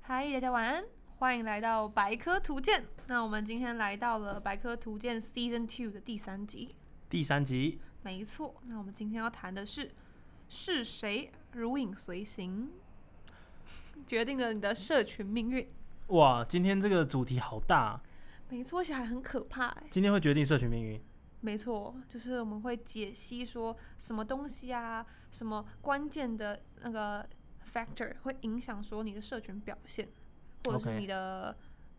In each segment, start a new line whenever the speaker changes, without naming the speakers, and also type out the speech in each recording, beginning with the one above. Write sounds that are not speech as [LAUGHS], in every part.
嗨，大家晚安，欢迎来到《百科图鉴》。那我们今天来到了《百科图鉴》Season Two 的第三集。
第三集，
没错，那我们今天要谈的是是谁如影随形，决定了你的社群命运。
哇，今天这个主题好大，啊
没错，而且还很可怕、欸。
今天会决定社群命运。
没错，就是我们会解析说什么东西啊，什么关键的那个 factor 会影响说你的社群表现，或者是
OK
你的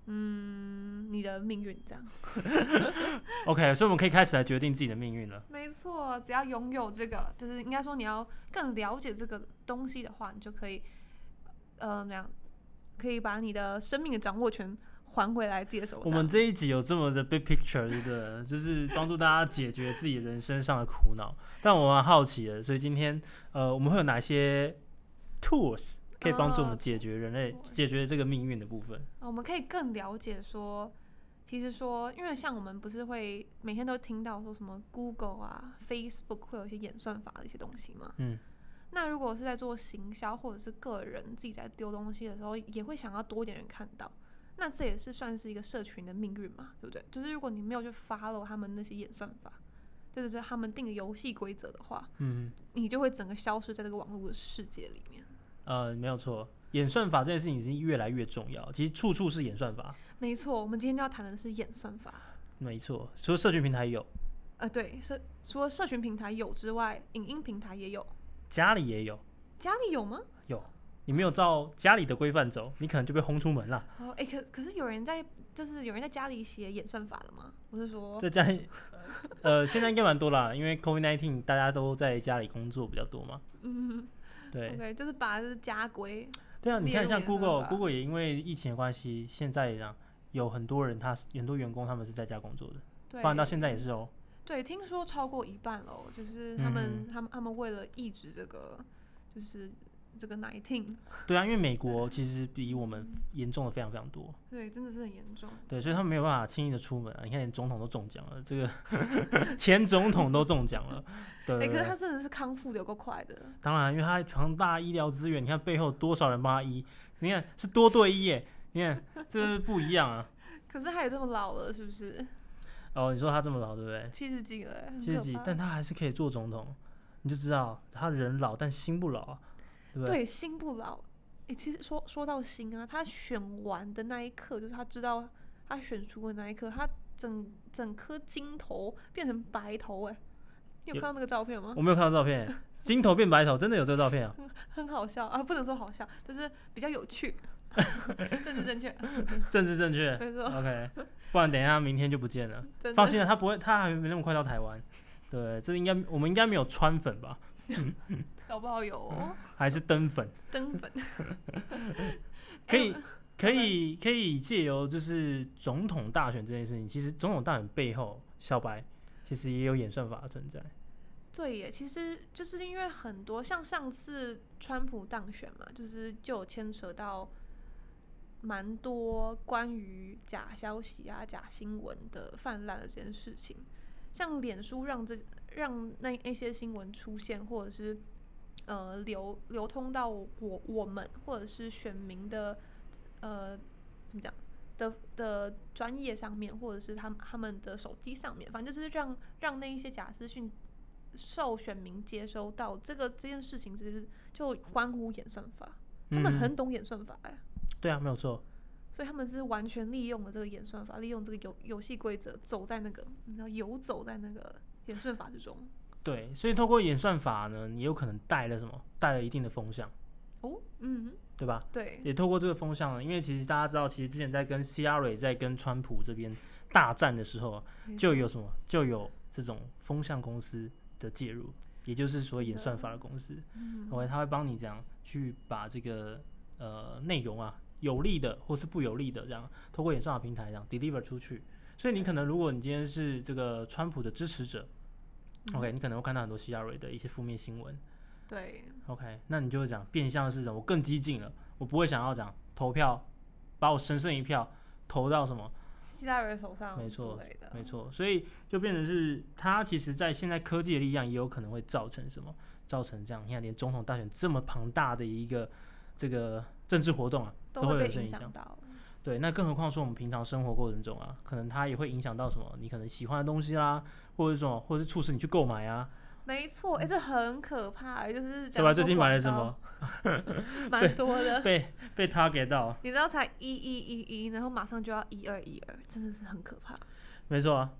嗯你的命运这样。
OK，所以我们可以开始来决定自己的命运了。
没错，只要拥有这个，就是应该说你要更了解这个东西的话，你就可以呃那样可以把你的生命的掌握权还回来自己的手
我
上。
们这一集有这么的 big picture，对不对？ [LAUGHS] 就是帮助大家解决自己人生上的苦恼。但我蛮好奇的，所以今天呃，我们会有哪些 tools 可以帮助我
哦
们解决人类、
tools
解决这个命运的部分？
呃我们可以更了解说，其实说，因为像我们不是会每天都听到说什么 Google 啊、Facebook 会有一些演算法的一些东西嘛。
嗯，
那如果是在做行销或者是个人自己在丢东西的时候，也会想要多一点人看到。那这也是算是一个社群的命运嘛，对不对？就是如果你没有去 follow 他们那些演算法，对对对，他们定的游戏规则的话，
嗯，
你就会整个消失在这个网络的世界里面。
呃，没有错，演算法这件事情已经越来越重要，其实处处是演算法。
没错，我们今天就要谈的是演算法。
没错，除了社群平台有，
呃，对，社除了社群平台有之外，影音平台也有。
家里也有。
家里有吗？
有，你没有照家里的规范走，你可能就被轰出门了。
哦，哎、可可是有人在，就是有人在家里写演算法的吗？我是说，
在家里，
[LAUGHS]
呃，现在应该蛮多啦，因为 COVID nineteen 大家都在家里工作比较多嘛。
嗯
对，
，OK，就是把这家规，
对啊，你
列
看
入
像
演算
Google，Google
法
也因为疫情的关系，现在让有很多人他是很多员工他们是在家工作的，
对嗯
不，然到现在也是哦、
对，听说超过一半喽，就是他们、
嗯
他们他们为了抑制这个，就是这个 nineteen，
对啊，因为美国其实比我们严重的非常非常多，
对，真的是很严重。
对，所以他们没有办法轻易的出门啊。你看，连总统都中奖了，这个 [LAUGHS] 前总统都中奖了，对
哎、
对
可是
对
他真的是康复的有够快的，
当然，因为他庞大医疗资源，你看背后有多少人帮他医，你看是多对一耶，你看这是不一样啊。
可是他也这么老了，是不是？
哦，你说他这么老，对不对？
七十几了、哎很
七十
可
几
怕，
但他还是可以做总统，你就知道他人老但心不老啊，对不对？
对，心不老。诶、其实说说到心啊，他选完的那一刻，就是他知道他选出的那一刻，他整整颗金头变成白头、诶，你有
有
看到那个照片吗
我？没有看到照片，金头变白头，真的有这个照
[LAUGHS]
片啊？
很好笑啊，不能说好笑，就是比较有趣， [LAUGHS] 政治
[LAUGHS]
正确，
政治正确
嗯没错，嗯
，OK，不然等一下明天就不见了。
真
放
的。
心了，他不会，他还没那么快到台湾。对，这应该我们应该没有川粉吧？
搞不好有
[LAUGHS]
哦
还是灯粉？
灯粉，
可以，可以，可以借由就是总统大选这件事情，其实总统大选背后，小白其实也有演算法的存在。
对耶，其实就是因为很多像上次川普当选嘛，就是就有牵扯到蛮多关于假消息啊、假新闻的泛滥的这件事情。像脸书让这让那那些新闻出现，或者是呃流流通到我我们或者是选民的呃怎么讲的的专业上面，或者是他们他们的手机上面，反正就是让让那一些假资讯受选民接收到，这个这件事情其实就欢呼演算法，他们很懂演算法哎、
嗯对啊，没有错。
所以他们是完全利用了这个演算法，利用这个游游戏规则，走在那个你知道游走在那个演算法之中。
对，所以透过演算法呢，也有可能带了什么，带了一定的风向，
哦，嗯，
对吧？
对，
也透过这个风向呢，因为其实大家知道，其实之前在跟希拉蕊在跟川普这边大战的时候啊，
没
就有什么，就有这种风向公司的介入，也就是说演
真的
算法的公司。
嗯，
OK，他会帮你这样去把这个呃内容啊有利的或是不有利的这样，通过演算法平台这样 deliver 出去。所以你可能如果你今天是这个川普的支持者、o
嗯
k 你可能会看到很多希拉蕊的一些负面新闻。
对，
OK，那你就会讲变相是什么？我更激进了，我不会想要讲投票，把我神圣一票投到什么？
希拉蕊手上
没
之
错
类的，
没错，所以就变成是它其实，在现在科技的力量也有可能会造成什么？造成这样，你看连总统大选这么庞大的一个这个政治活动啊，
都
都会有
被
这
影
影
响
响
到。
对，那更何况说我们平常生活过程中啊，可能它也会影响到什么你可能喜欢的东西啦，或者是什么，或者是促使你去购买啊，
没错，哎、这很可怕、哎就是
是吧？
讲
最
说
近买了
广
什
告
么？？
[LAUGHS] 蛮多的。
被被 target 到，
你知道才一一一一，然后马上就要一二一二，真的是很可怕。
没错啊，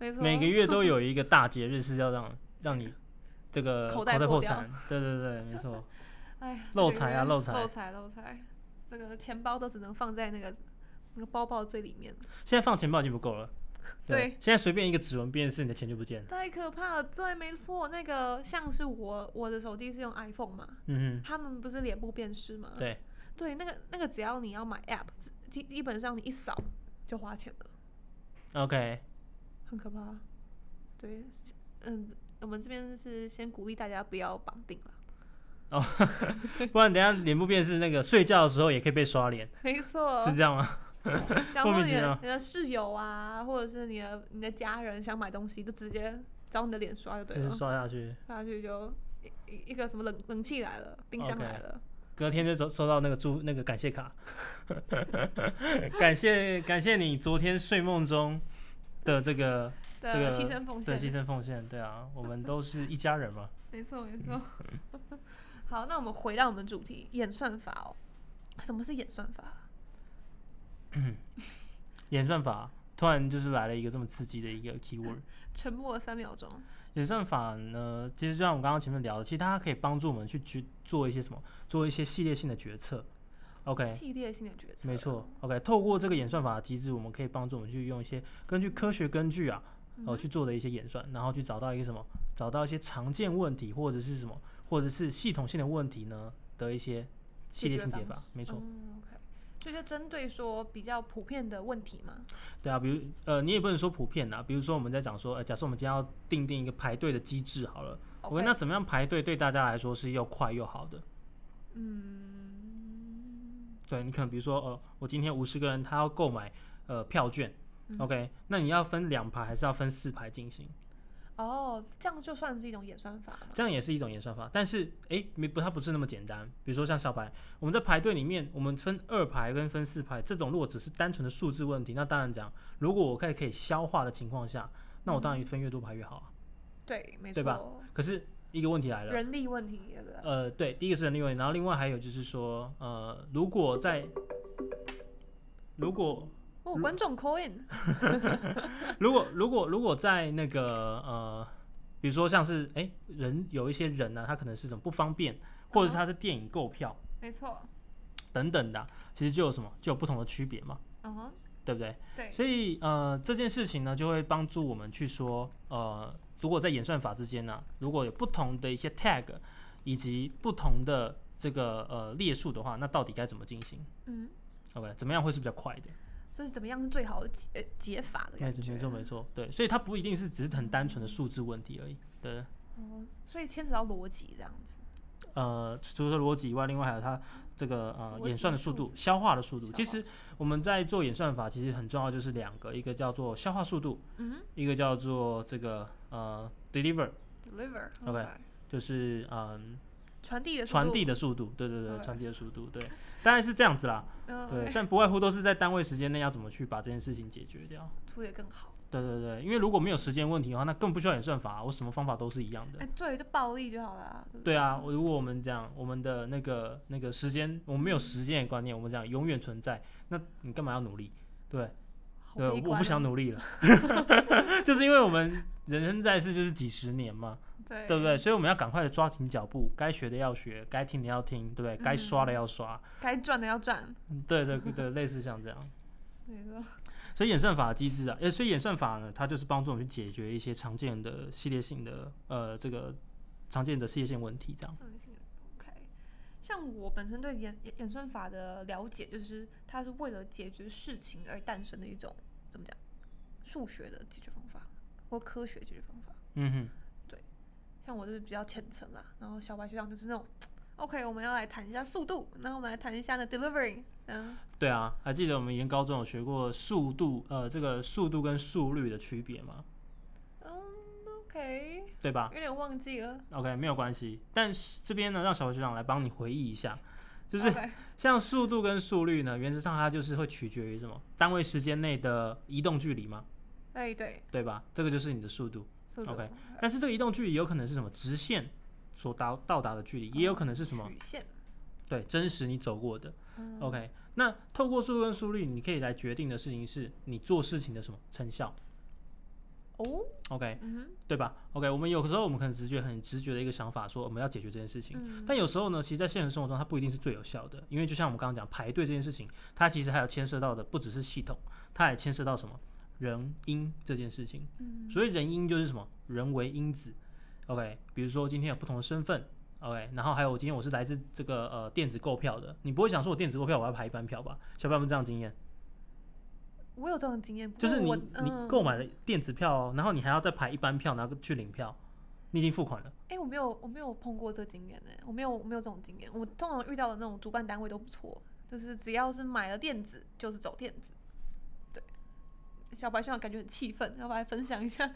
没错，哦
每个月都有一个大节日是要让让你这个
口
口
袋
袋
破
破
掉
产，对对对，没错，
哎呀，
漏
这个
财啊
月
漏财
漏财，漏财，这个钱包都只能放在那个那个包包最里面，
现在放钱包已经不
[LAUGHS]
够了，
对，
现在随便一个指纹辨识，你的钱就不见了，
太可怕了。对，没错，那个像是我我的手机是用 iPhone 嘛，
嗯
他们不是脸部辨识吗
哼，？对，
对，那个那个只要你要买 App，基基基本上你一扫就花钱了，
OK，
很可怕。对，嗯，我们这边是先鼓励大家不要绑定了。
不然等一下脸部辨识那个睡觉的时候也可以被刷脸，
没错，哦
是这样吗？ [LAUGHS]
假如
莫
说
名
你
其
的
妙
你的室友啊，或者是你的你的家人想买东西，就直接找你的脸刷就对哦
就是
了，
刷下去，
下去就一一一个什么冷冷气来了，冰箱
OK
来了
隔天就收收到那个祝那个感谢
[LAUGHS]
卡，感谢感谢你昨天睡梦中的这个
对，啊
这个
牺牲奉
的牺
献，
牲奉献，对啊，我们都是一家人嘛。
没错没错。
嗯
[LAUGHS] 好，那我们回到我们主题，演算法哦，什么是演算法？
演算法突然就是来了一个这么刺激的一个 keyword。
沉默三秒钟，
演算法呢，其实就像我们刚刚前面聊的，其实它可以帮助我们去去做一些什么，做一些系列性的决策。OK，
系列性的决策，
没错。OK，透过这个演算法的机制，我们可以帮助我们去用一些根据科学根据啊，
嗯
呃去做的一些演算，然后去找到一个什么，找到一些常见问题或者是什么，或者是系统性的问题呢的一些系列性解
解决
法
方式。
没错，
嗯，OK，所以就针对说比较普遍的问题嘛，
对啊，比如呃，你也不能说普遍啊，比如说我们在讲说，呃，假设我们今天要定定一个排队的机制好了。我
OK
跟那怎么样排队对大家来说是又快又好的？嗯，对你可能比如说，呃，我今天五十个人，他要购买呃票券、o k 那你要分两排还是要分四排进行？
哦，这样就算是一种演算法嘛。
这样也是一种演算法，但是诶，没不，它不是那么简单。比如说像小白，我们在排队里面，我们分二排跟分四排，这种如果只是单纯的数字问题，那当然讲，如果我可以可以消化的情况下，那我当然分越多排越好啊。
对，没
对吧
错，
可是一个问题来了，
人力问题，对不对？
呃，对，第一个是人力问题，然后另外还有就是说，呃，如果在如果
哦，观众 call
嗯
in，
如果如果如果在那个呃，比如说像是哎、人有一些人呢、他可能是什么不方便，或者是他是电影购票
没错，
等等的啊、其实就有什么就有不同的区别嘛，
嗯哼，
对不对？
对，
所以呃，这件事情呢，就会帮助我们去说，呃，如果在演算法之间呢、如果有不同的一些 tag 以及不同的这个呃列数的话，那到底该怎么进行？
嗯，
OK，怎么样会是比较快的？
所以怎么样是最好的解呃解法的
没
感
错，
觉？
没错，没错。对，所以它不一定是只是很单纯的数字问题而已。对，
哦，所以牵扯到逻辑这样子，
呃，除了逻辑以外，另外还有它这个呃
逻辑
演算的速度、消化的速度
消。化
其实我们在做演算法，其实很重要就是两个，一个叫做消化速度，
嗯
一个叫做这个呃 deliver，
，deliver，
OK 就是嗯、
传递的速
传
度
递，的速度。对对对，
OK
传递的速度，对，当然是这样子啦。
嗯，
对，但不外乎都是在单位时间内要怎么去把这件事情解决掉。
处理得更好。
对对对，因为如果没有时间问题的话，那更不需要演算法啊、我什么方法都是一样的
哎。，对，就暴力就好了啊，对不对？
对啊，我如果我们讲我们的那个那个时间，我们没有时间的观念，我们讲永远存在，那你干嘛要努力？对
好
对，
悲
啊我我
观
不想
哦，[LAUGHS]
努力了，就是因为我们人生在世就是几十年嘛，
对
对不对？？所以我们要赶快的抓紧脚步，该学的要学，该听的要听，对不
嗯
对？该刷的要刷，
该赚的要赚，
嗯对对对，类似像这样。
没错，
所以演算法的机制啊，呃，所以演算法呢，它就是帮助我们去解决一些常见的系列性的呃这个常见的系列性问题，这样。
嗯性格，OK。像我本身对演演演算法的了解，就是它是为了解决事情而诞生的一种怎么讲，数学的解决方法或科学解决方法。
嗯哼。
像我就是比较浅层啦，然后小白学长就是那种，OK，我们要来谈一下速度，那我们来谈一下呢 delivery，嗯，
对啊，还记得我们以前高中有学过速度，呃，这个速度跟速率的区别吗？
嗯 OK，
对吧
有点忘记了，
？OK，没有关系。但是这边呢，让小白学长来帮你回忆一下，就是
拜拜
像速度跟速率呢，原则上它就是会取决于什么单位时间内的移动距离嘛，
哎对，
对吧？这个就是你的速度。
速度
OK，但是这个移动距离有可能是什么直线所达到达的距离，也有可能是什么哦
曲线？
对真实你走过的。
哦嗯
OK，那透过速度跟速率，你可以来决定的事情是你做事情的什么成效。
哦，
OK，
嗯哼
对吧？OK，我们有时候我们可能直觉很直觉的一个想法，说我们要解决这件事情。
嗯，
但有时候呢，其实，在现实生活中，它不一定是最有效的，因为就像我们刚刚讲排队这件事情，它其实还有牵涉到的不只是系统，它还牵涉到什么人因这件事情。
嗯
所以人因就是什么人为因子，OK，比如说今天有不同的身份，OK，然后还有我今天我是来自这个呃电子购票的，你不会想说我电子购票我要排一般票吧？小朋友们这样的经验，
我有这种经验，不
就
过
是你
我
你
嗯
购买了电子票、哦，然后你还要再排一般票，然后去领票，你已经付款了，
哎、我没有，我没有碰过这经验呢、我没有，我没有这种经验。我通常遇到的那种主办单位都不错，就是只要是买了电子，就是走电子。对，小白学长感觉很气愤，要不要来分享一下？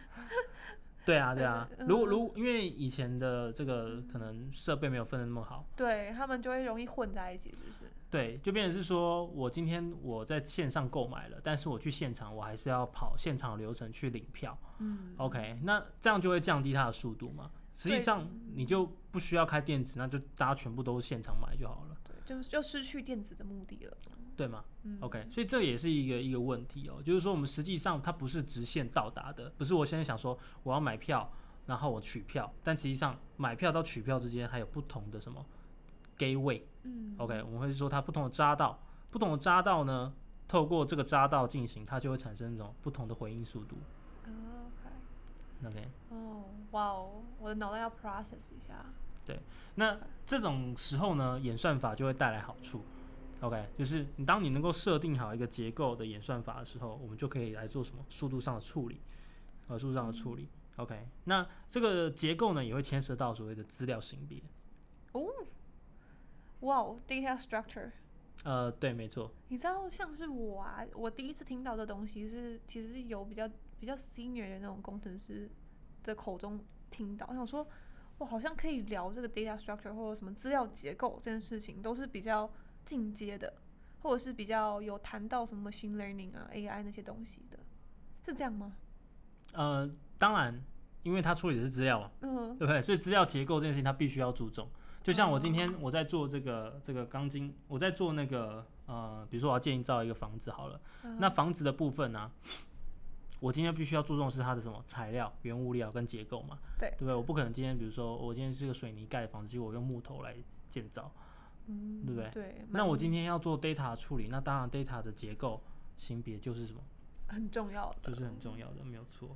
对啊对啊
嗯，
如果如果因为以前的这个可能设备没有分的那么好。
对他们就会容易混在一起，是不是？
对，就变成是说我今天我在线上购买了，但是我去现场，我还是要跑现场流程去领票。
嗯，
OK，那这样就会降低它的速度嘛？实际
对
上你就不需要开电子，那就大家全部都现场买就好了，
对，就是就失去电子的目的了。
对吗
嗯
？OK，所以这也是一个一个问题哦，就是说我们实际上它不是直线到达的，不是我现在想说我要买票，然后我取票，但实际上买票到取票之间还有不同的什么 gate way。
嗯
OK，我们会说它不同的匝道，不同的匝道呢，透过这个匝道进行，它就会产生一种不同的回应速度。
啊，OK，
OK，
哦，哇哦，我的脑袋要 process 一下。
那这种时候呢，演算法就会带来好处。OK，就是你当你能够设定好一个结构的演算法的时候，我们就可以来做什么速度上的处理，呃，速度上的处理。OK，那这个结构呢，也会牵涉到所谓的资料型别。
哇哦，data structure。
呃，对，没错，
你知道，像是我啊，我第一次听到的东西是，其实是有比较比较 senior 的那种工程师的口中听到，我想说，我好像可以聊这个 data structure 或者什么资料结构这件事情，都是比较进阶的，或者是比较有谈到什么 machine learning 啊、AI 那些东西的，是这样吗？
呃，当然，因为它处理的是资料嘛，
嗯，
对不对？所以资料结构这件事情，它必须要注重。就像我今天我在做这个这个钢筋，我在做那个呃，比如说我要建造一个房子好了，
嗯
那房子的部分呢、啊我今天必须要注重的是它的什么材料、原物料跟结构嘛，
对
对不对？我不可能今天比如说我今天是个水泥盖的房子，结果我用木头来建造，
嗯
对不对
对，
那我
蛮
今天要做 data 处理，那当然 data 的结构型别就是什么，
很重要的，
就是很重要的，没有错。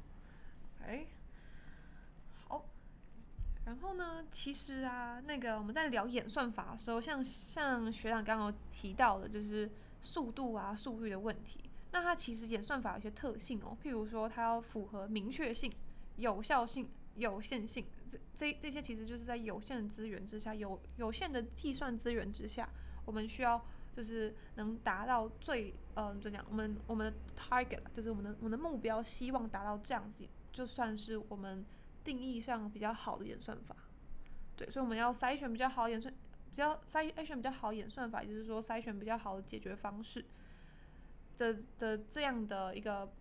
哎，好。然后呢，其实啊，那个我们在聊演算法的时候，像像学长刚刚有提到的，就是速度啊、速率的问题。那它其实演算法有一些特性哦，譬如说它要符合明确性、有效性、有限性，这这这些其实就是在有限的资源之下，有有限的计算资源之下，我们需要就是能达到最嗯、怎么讲，我们我们的 target 就是我们的我们的目标，希望达到这样子就算是我们定义上比较好的演算法。对，所以我们要筛选比较好的演算，比较筛筛选比较好的演算法，也就是说筛选比较好的解决方式。这的这样的一个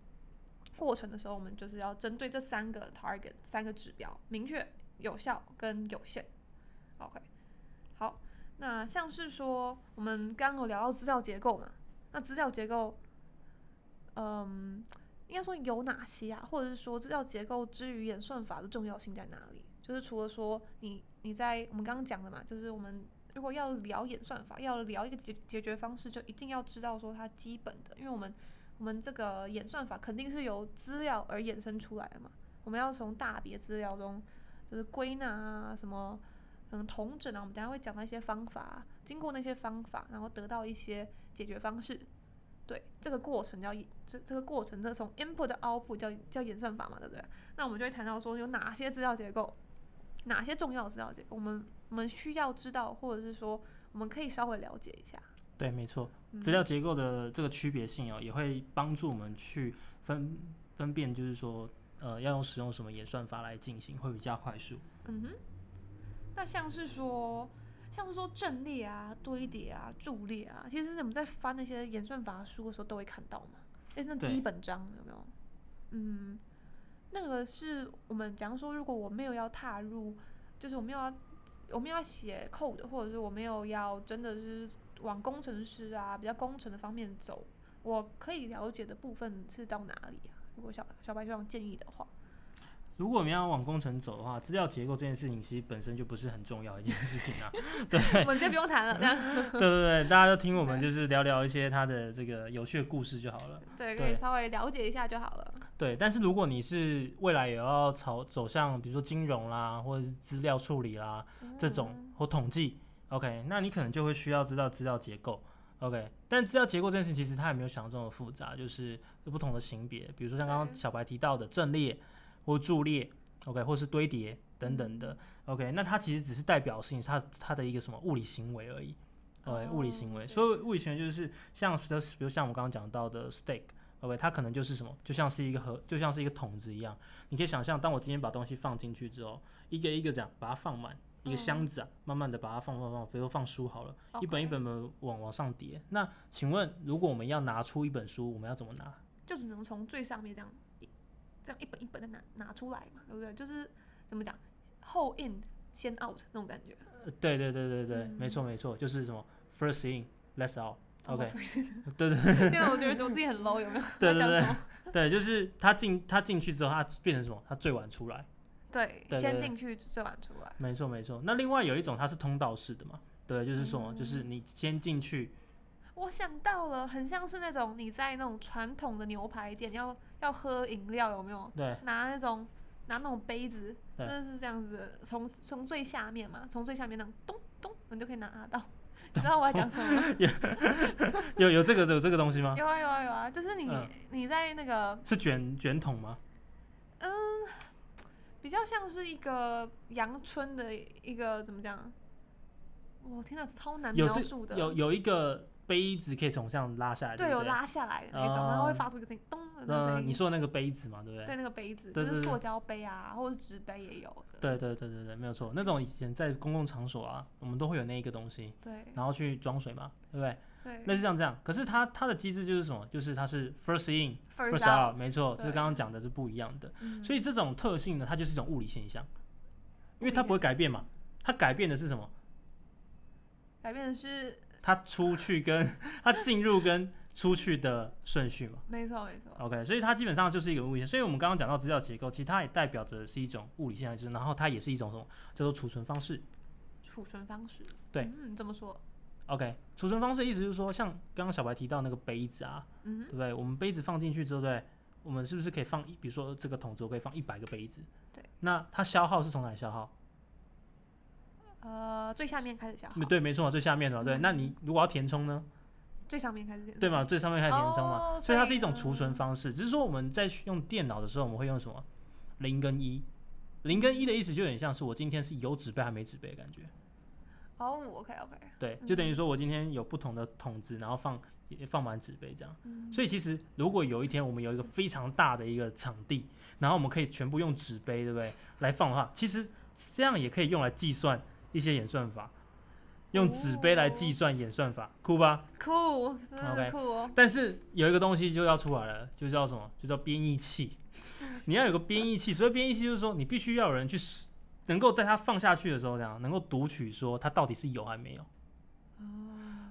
过程的时候，我们就是要针对这三个 target 三个指标，明确、有效跟有限。OK，好，那像是说我们刚刚有聊到资料结构嘛，那资料结构，嗯，应该说有哪些啊，或者是说资料结构之于演算法的重要性在哪里？就是除了说你你在我们刚刚讲的嘛，就是我们如果要聊演算法，要聊一个解解决方式，就一定要知道说它基本的，因为我们我们这个演算法肯定是由资料而衍生出来的嘛，我们要从大别资料中就是归纳啊什么。嗯，同整啊，我们等一下会讲到一些方法，啊经过那些方法，然后得到一些解决方式，对这个过程叫演这这个过程，这从 input 到 output 叫叫演算法嘛，对不对？那我们就会谈到说有哪些资料结构，哪些重要的资料结构，我们我们需要知道，或者是说我们可以稍微了解一下。
对，没错，资料结构的这个区别性哦，也会帮助我们去分分辨，就是说，呃，要用使用什么演算法来进行，会比较快速。
嗯哼，那像是说，像是说阵列啊、堆叠啊、柱列啊，其实你们在翻那些演算法书的时候都会看到嘛。哎，那
对
基本章有没有？嗯，那个是我们假如说，如果我没有要踏入，就是我没有要我们要写 code，或者是我没有要真的是往工程师啊比较工程的方面走，我可以了解的部分是到哪里啊？如果小小白这样建议的
[LAUGHS]
话，
如果我们要往工程走的话，资料结构这件事情其实本身就不是很重要的一件事情啊。 [LAUGHS]
我们直接不用谈了，那
对对对，大家就听我们就是聊聊一些它的这个有趣的故事就好了。
对，可以
对
稍微了解一下就好了。
对，但是如果你是未来也要朝走向，比如说金融啦，或者是资料处理啦这种或统计，OK，那你可能就会需要知道资料结构，OK。但资料结构这件事情其实它也没有想象中的复杂，就是有不同的型别，比如说像刚刚
对
小白提到的阵列或柱列，OK，或是堆叠等等的，OK。那它其实只是代表性，它它的一个什么物理行为而已。呃，物理行为，
哦
所以物理行为就是像，比如比如像我们刚刚讲到的 steak，OK，它可能就是什么，就像是一个盒，就像是一个桶子一样。你可以想象，当我今天把东西放进去之后，一个一个这样把它放满，一个箱子啊，慢慢的把它放放放，比如放书好了，一本一
嗯 OK
本本往往上叠。那请问，如果我们要拿出一本书，我们要怎么拿？
就只能从最上面这样一这样一本一本的拿拿出来嘛，对不对？就是怎么讲，后 in 先 out 那种感觉。
呃对对对对对，没
嗯
错没错，就是什么 first in, last out。OK，
[LAUGHS]
对
对对，因为我觉得我自己很 low，有没有？
对
在讲
对对
什么
对，就是他进他进去之后，他变成什么？他最晚出来。
对，
对
先
对
进去最晚出来。
没错没错。那另外有一种它是通道式的嘛，对，就是什么？就是
嗯
你先进去，
我想到了，很像是那种你在那种传统的牛排店要要喝饮料，有没有？
对
拿那种拿那种杯子，
对
真的是这样子的，从从最下面嘛，从最下面那样咚咚，你就可以拿到。你知道我要讲什么吗？
[LAUGHS] 有有这个有这个东西吗？
有啊有啊有啊，就是你、
嗯
你在那个
是卷卷筒吗？
比较像是一个阳春的一个怎么讲？我天呐，超难
有
描述的，
有有一个杯子可以从上拉下来，
对，
不
有
对？
拉下来的那种，然后会
哦
发出一个声音咚的那
呃，
声
你
音。
说的那个杯子嘛，对不对？
对那个杯子，
对
就是
对对
塑胶杯啊，或者是纸杯也有的。
对对对对对，没有错。那种以前在公共场所啊，我们都会有那一个东西，
对
然后去装水嘛，对不对？
对
类似像这样，可是它它的机制就是什么？就是它是 first in
，first
out，
out，
没错，就是
对
刚刚讲的是不一样的。
嗯
所以这种特性呢，它就是一种物理现象，因为它
物理
不会改变嘛。它改变的是什么？
改变的是
它出去跟 [LAUGHS] 它进入跟出去的顺序嘛。
没错没错，
OK，所以它基本上就是一个物理现象。所以我们刚刚讲到资料结构，其实它也代表着是一种物理现象，就是然后它也是一种什么叫做储存方式。
储存方式。
对
嗯，这么说，
OK，储存方式意思就是说，像刚刚小白提到那个杯子啊，
嗯
对不对？我们杯子放进去之后，对不对，我们是不是可以放一，比如说这个桶子，我可以放一百个杯子。
对。
那它消耗是从哪里消耗？
呃，最下面开始消耗，
对，没错，最下面的嘛。
嗯
对，那你如果要填充呢？
最上面开始减
对
少？
嘛，最上面还有填充嘛，
哦
所以它
所
是
以
一种储存
嗯
方式。只是说我们在用电脑的时候，我们会用什么零跟一，零跟一的意思就有点像是我今天是有纸杯还没纸杯的感觉。
哦，OK OK，
对，就等于说我今天有不同的桶子，然后放也放满纸杯这样。
嗯
所以其实如果有一天我们有一个非常大的一个场地，然后我们可以全部用纸杯，对不对？来放的话，其实这样也可以用来计算一些演算法，用纸杯来计算演算法， [LAUGHS] 酷吧？
酷，真的
OK
是酷哦。
但是有一个东西就要出来了，就叫什么？就叫编译器。你要有个编译器，所以编译器就是说，你必须要有人去 s- 能够在它放下去的时候，这样能够读取说它到底是有还没有。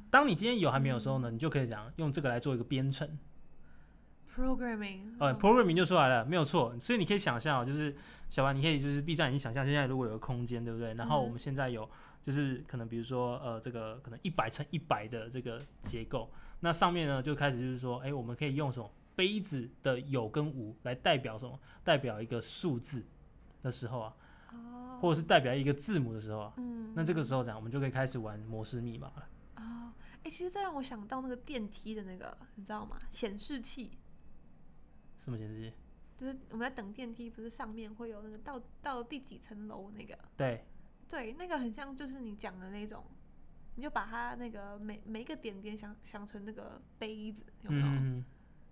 当你今天有还没有的时候呢，你就可以讲用这个来做一个编程，
Programming，
呃
嗯
，programming 就出来了，没有错。所以你可以想象哦，就是小白，你可以就是闭上眼睛想象，现在如果有个空间，对不对？然后我们现在有就是可能比如说呃这个可能一百乘一百的这个结构，那上面呢就开始就是说，哎、我们可以用什么杯子的有跟无来代表什么？代表一个数字的时候啊，
哦，
或者是代表一个字母的时候啊，
嗯，
那这个时候讲我们就可以开始玩模式密码了。
哦，哎、其实这让我想到那个电梯的那个，你知道吗？显示器，
什么显示器？
就是我们在等电梯，不是上面会有那个到到第几层楼那个？
对
对，那个很像就是你讲的那种，你就把它那个每每一个点点想想成那个杯子，有没有？
嗯，嗯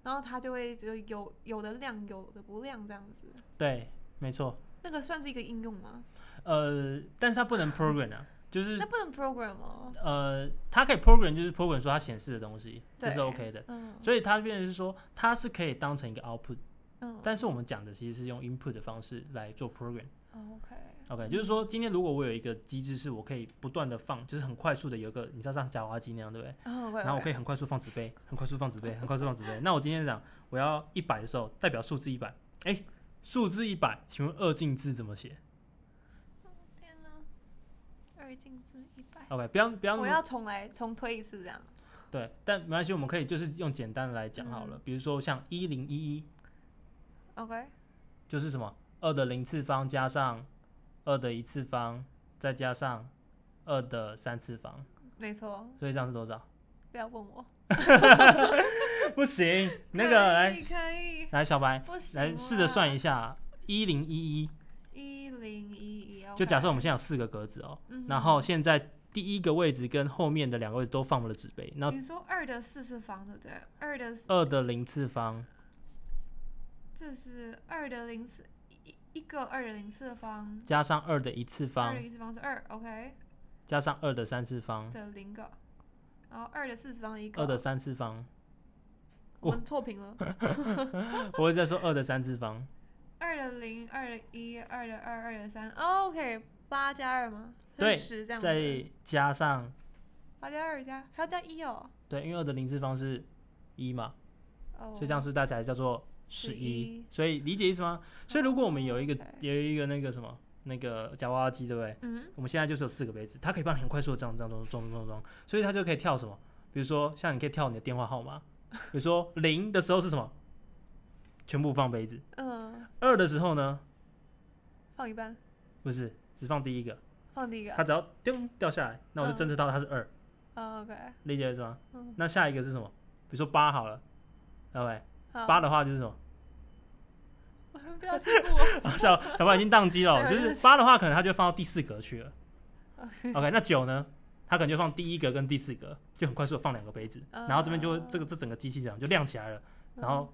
然后它就会就有有的亮，有的不亮这样子。
嗯对，没错。
那个算是一个应用吗？
呃，但是它不能 program 啊，就是
那不能 program 哦。
呃，它可以 program 就是 program 说它显示的东西，这是
对
OK 的。
嗯
所以它变成是说它是可以当成一个 output，
嗯
但是我们讲的其实是用 input 的方式来做 program。
哦，OK，
OK，就是说今天如果我有一个机制是我可以不断的放，就是很快速的有一个，你知道像夹娃娃机那样对不对？
哦，
然后我可
以，
以很快速放纸杯， [LAUGHS] 很快速放纸
[LAUGHS]
杯，很快速放纸杯。那我今天讲我要一百的时候，代表数字一百，哎，数字一百，请问二进制怎么写
天哪，二进制一百，
？OK，不要不要那
我
么
要重来重推一次这样。
对，但没关系，我们可以就是用简单的来讲好了，
嗯
比如说像一零一一
OK，
就是什么二的零次方加上二的一次方，再加上二的三次方，
没错，
所以这样是多少？ [LAUGHS]
不要问我。
不行，那个
可
来
以可以，
来小白
不行，啊
来试着算一下一零一一，
一零一一，
就假设我们现在有四个格子哦，
嗯哼
然后现在第一个位置跟后面的两个位置都放了纸杯，那
你说二的四次方对不对？二的四
二的零次方
这是二的零次一一个二的零次方，
加上二的一次
二
方
的一次方是二，OK
加上二的三次方，
的零个，然后二的四次方一个，
二的三次方，
我们错平了，
我一直在说二的三次方，
二的零，二的一，二的二，二的三、哦、，OK 八加二吗？
对
十这样子，
再加上
八加二加还要加一哦，
对，因为二的零次方是一嘛，
哦，
所以这样是大家叫做十一
11，
所以理解意思吗？所以如果我们有一个
嗯哦 OK
有一个那个什么那个夹娃娃机，对不对？
嗯，
我们现在就是有四个杯子，它可以帮你很快速的这样这样装装装装，所以它就可以跳什么？比如说像你可以跳你的电话号码，比如说零的时候是什么？全部放杯子。
嗯，
二的时候呢，
放一半，
不是只放第一个，
放第一个
它只要叮掉下来，那我就
嗯
侦测到它是二，
哦，OK，
理解意思吗？
嗯，
那下一个是什么？比如说八好了，OK，
好，
八的话就是什么？
[LAUGHS] 不要欺负我，
啊小小白已经宕机了哦，
对
就
我
是八的话，可能它就放到第四格去了。OK，那九呢？它可能就放第一格跟第四格，就很快速的放两个杯子，
嗯
[LAUGHS] 然后这边就会这个这整个机器讲就亮起来了，然后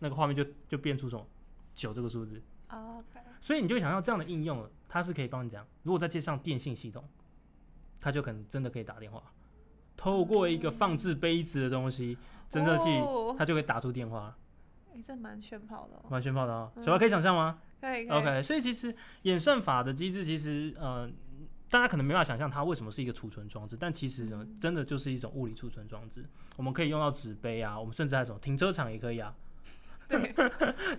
那个画面就就变出什么九这个数字，
哦，OK，
所以你就会想到这样的应用了，它是可以帮你讲，如果再接上电信系统，它就可能真的可以打电话，透过一个放置杯子的东西侦测器
哦，
它就可以打出电话，
哎，这蛮炫跑的哦，
蛮炫炮的啊！小白可以想象吗？
可以可以
OK，所以其实演算法的机制，其实呃，大家可能没办法想象它为什么是一个储存装置，但其实什
嗯
么真的就是一种物理储存装置。我们可以用到纸杯啊，我们甚至还有什么停车场也可以啊。
对，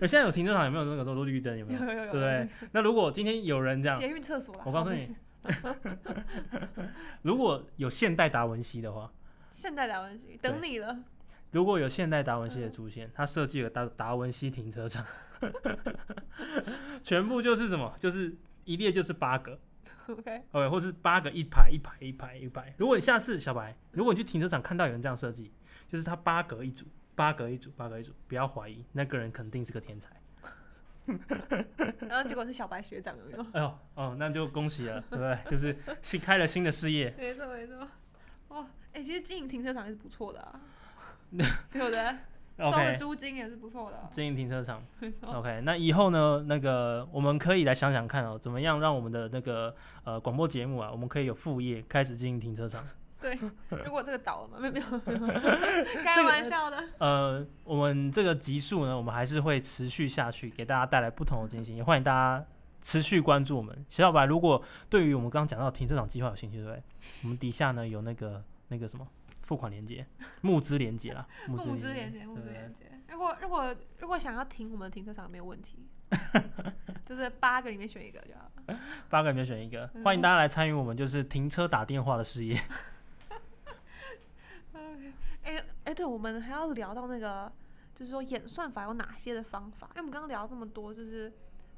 呃现在有停车场有没有那个都都绿灯有没
有
有？
有有有，
对不对？ [LAUGHS] 那如果今天有人这样，
捷运厕所啦，
我告诉
好
你
没事，
[LAUGHS] 如果有现代达文西的话，
现代达文西等你了，
如果有现代达文西
嗯
的出现，他设计了达达文西停车场， [LAUGHS] 全部就是什么？就是一列就是八个，
[LAUGHS] OK，
呃，或是八个一排一排一排一排。如果你下次小白，如果你去停车场看到有人这样设计，就是他八格一组，八格一组，八格一组，不要怀疑，那个人肯定是个天才。
然后结果是小白学长有没
[LAUGHS]
有？
哎呦，哦，那就恭喜了，对不对？就是新开了新的事业。
没错没错，哇，哎，其实经营停车场也是不错的
[LAUGHS]
啊，对不对？收的
OK，
租金也是不错的啊，
经营停车场。
[LAUGHS] 没错，
OK，那以后呢，那个我们可以来想想看哦，怎么样让我们的那个呃广播节目啊，我们可以有副业，开始经营停车场。
对。如果这个倒了嘛，没有没有， [LAUGHS] 开
[LAUGHS] 这个
玩笑的，
呃，我们这个集数呢，我们还是会持续下去，给大家带来不同的惊喜，也欢迎大家持续关注我们。小小白，如果对于我们刚刚讲到停车场计划有兴趣，对不对？我们底下呢有那个那个什么付款连接、募资连接啦，募资
募资连
连接
接，
[LAUGHS]
募资
对嗯啊
连接。如果如果如果想要停我们的停车场没有问
[LAUGHS]
题，就是八个里面选一个就好了。
八个里面选一个，
嗯
欢迎大家来参与我们就是停车打电话的事业。
哎哎，对，我们还要聊到那个，就是说演算法有哪些的方法？因为我们刚刚聊了这么多，就是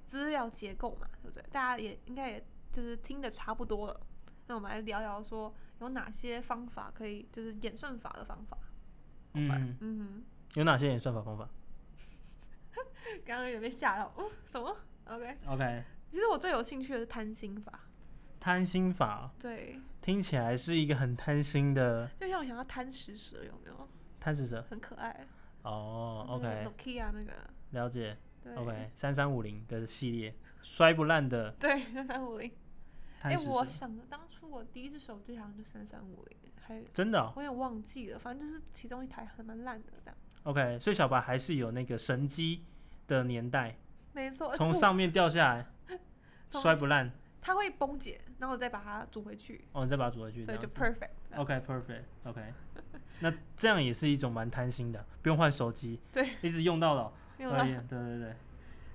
资料结构嘛，对不对？大家也应该也就是听的差不多了。那我们来聊聊说有哪些方法可以，就是演算法的方法。
嗯，
嗯
有哪些演算法方法
哼，刚刚有被吓到，哦，什么？OK，
？OK，
其实我最有兴趣的是贪心法。
贪心法
对，
听起来是一个很贪心的
就像我想要贪食蛇，有没有？
贪食蛇。
很可爱。
哦，OK，
Nokia 那个，
了解。
对
OK，三三五零的系列，摔不烂的
[LAUGHS]
[LAUGHS]
对，三三五零。
贪
哎，
食
我
蛇
想当初我第一只手机好像就三三五零，还
真的哦、
我也忘记了，反正就是其中一台还蛮烂的这样。
OK，所以小白还是有那个神机的年代，
没错，而且
从上面掉下来，
从
摔不烂，
它会崩解，然后我再把它组回去，
哦，你再把它组回去，
所
这
以
样
就
子。
perfect 这样。
OK，perfect，OK，、那这样也是一种蛮贪心的，不用换手机，
对，
一直用到老，
没有啦
哎呀对对对。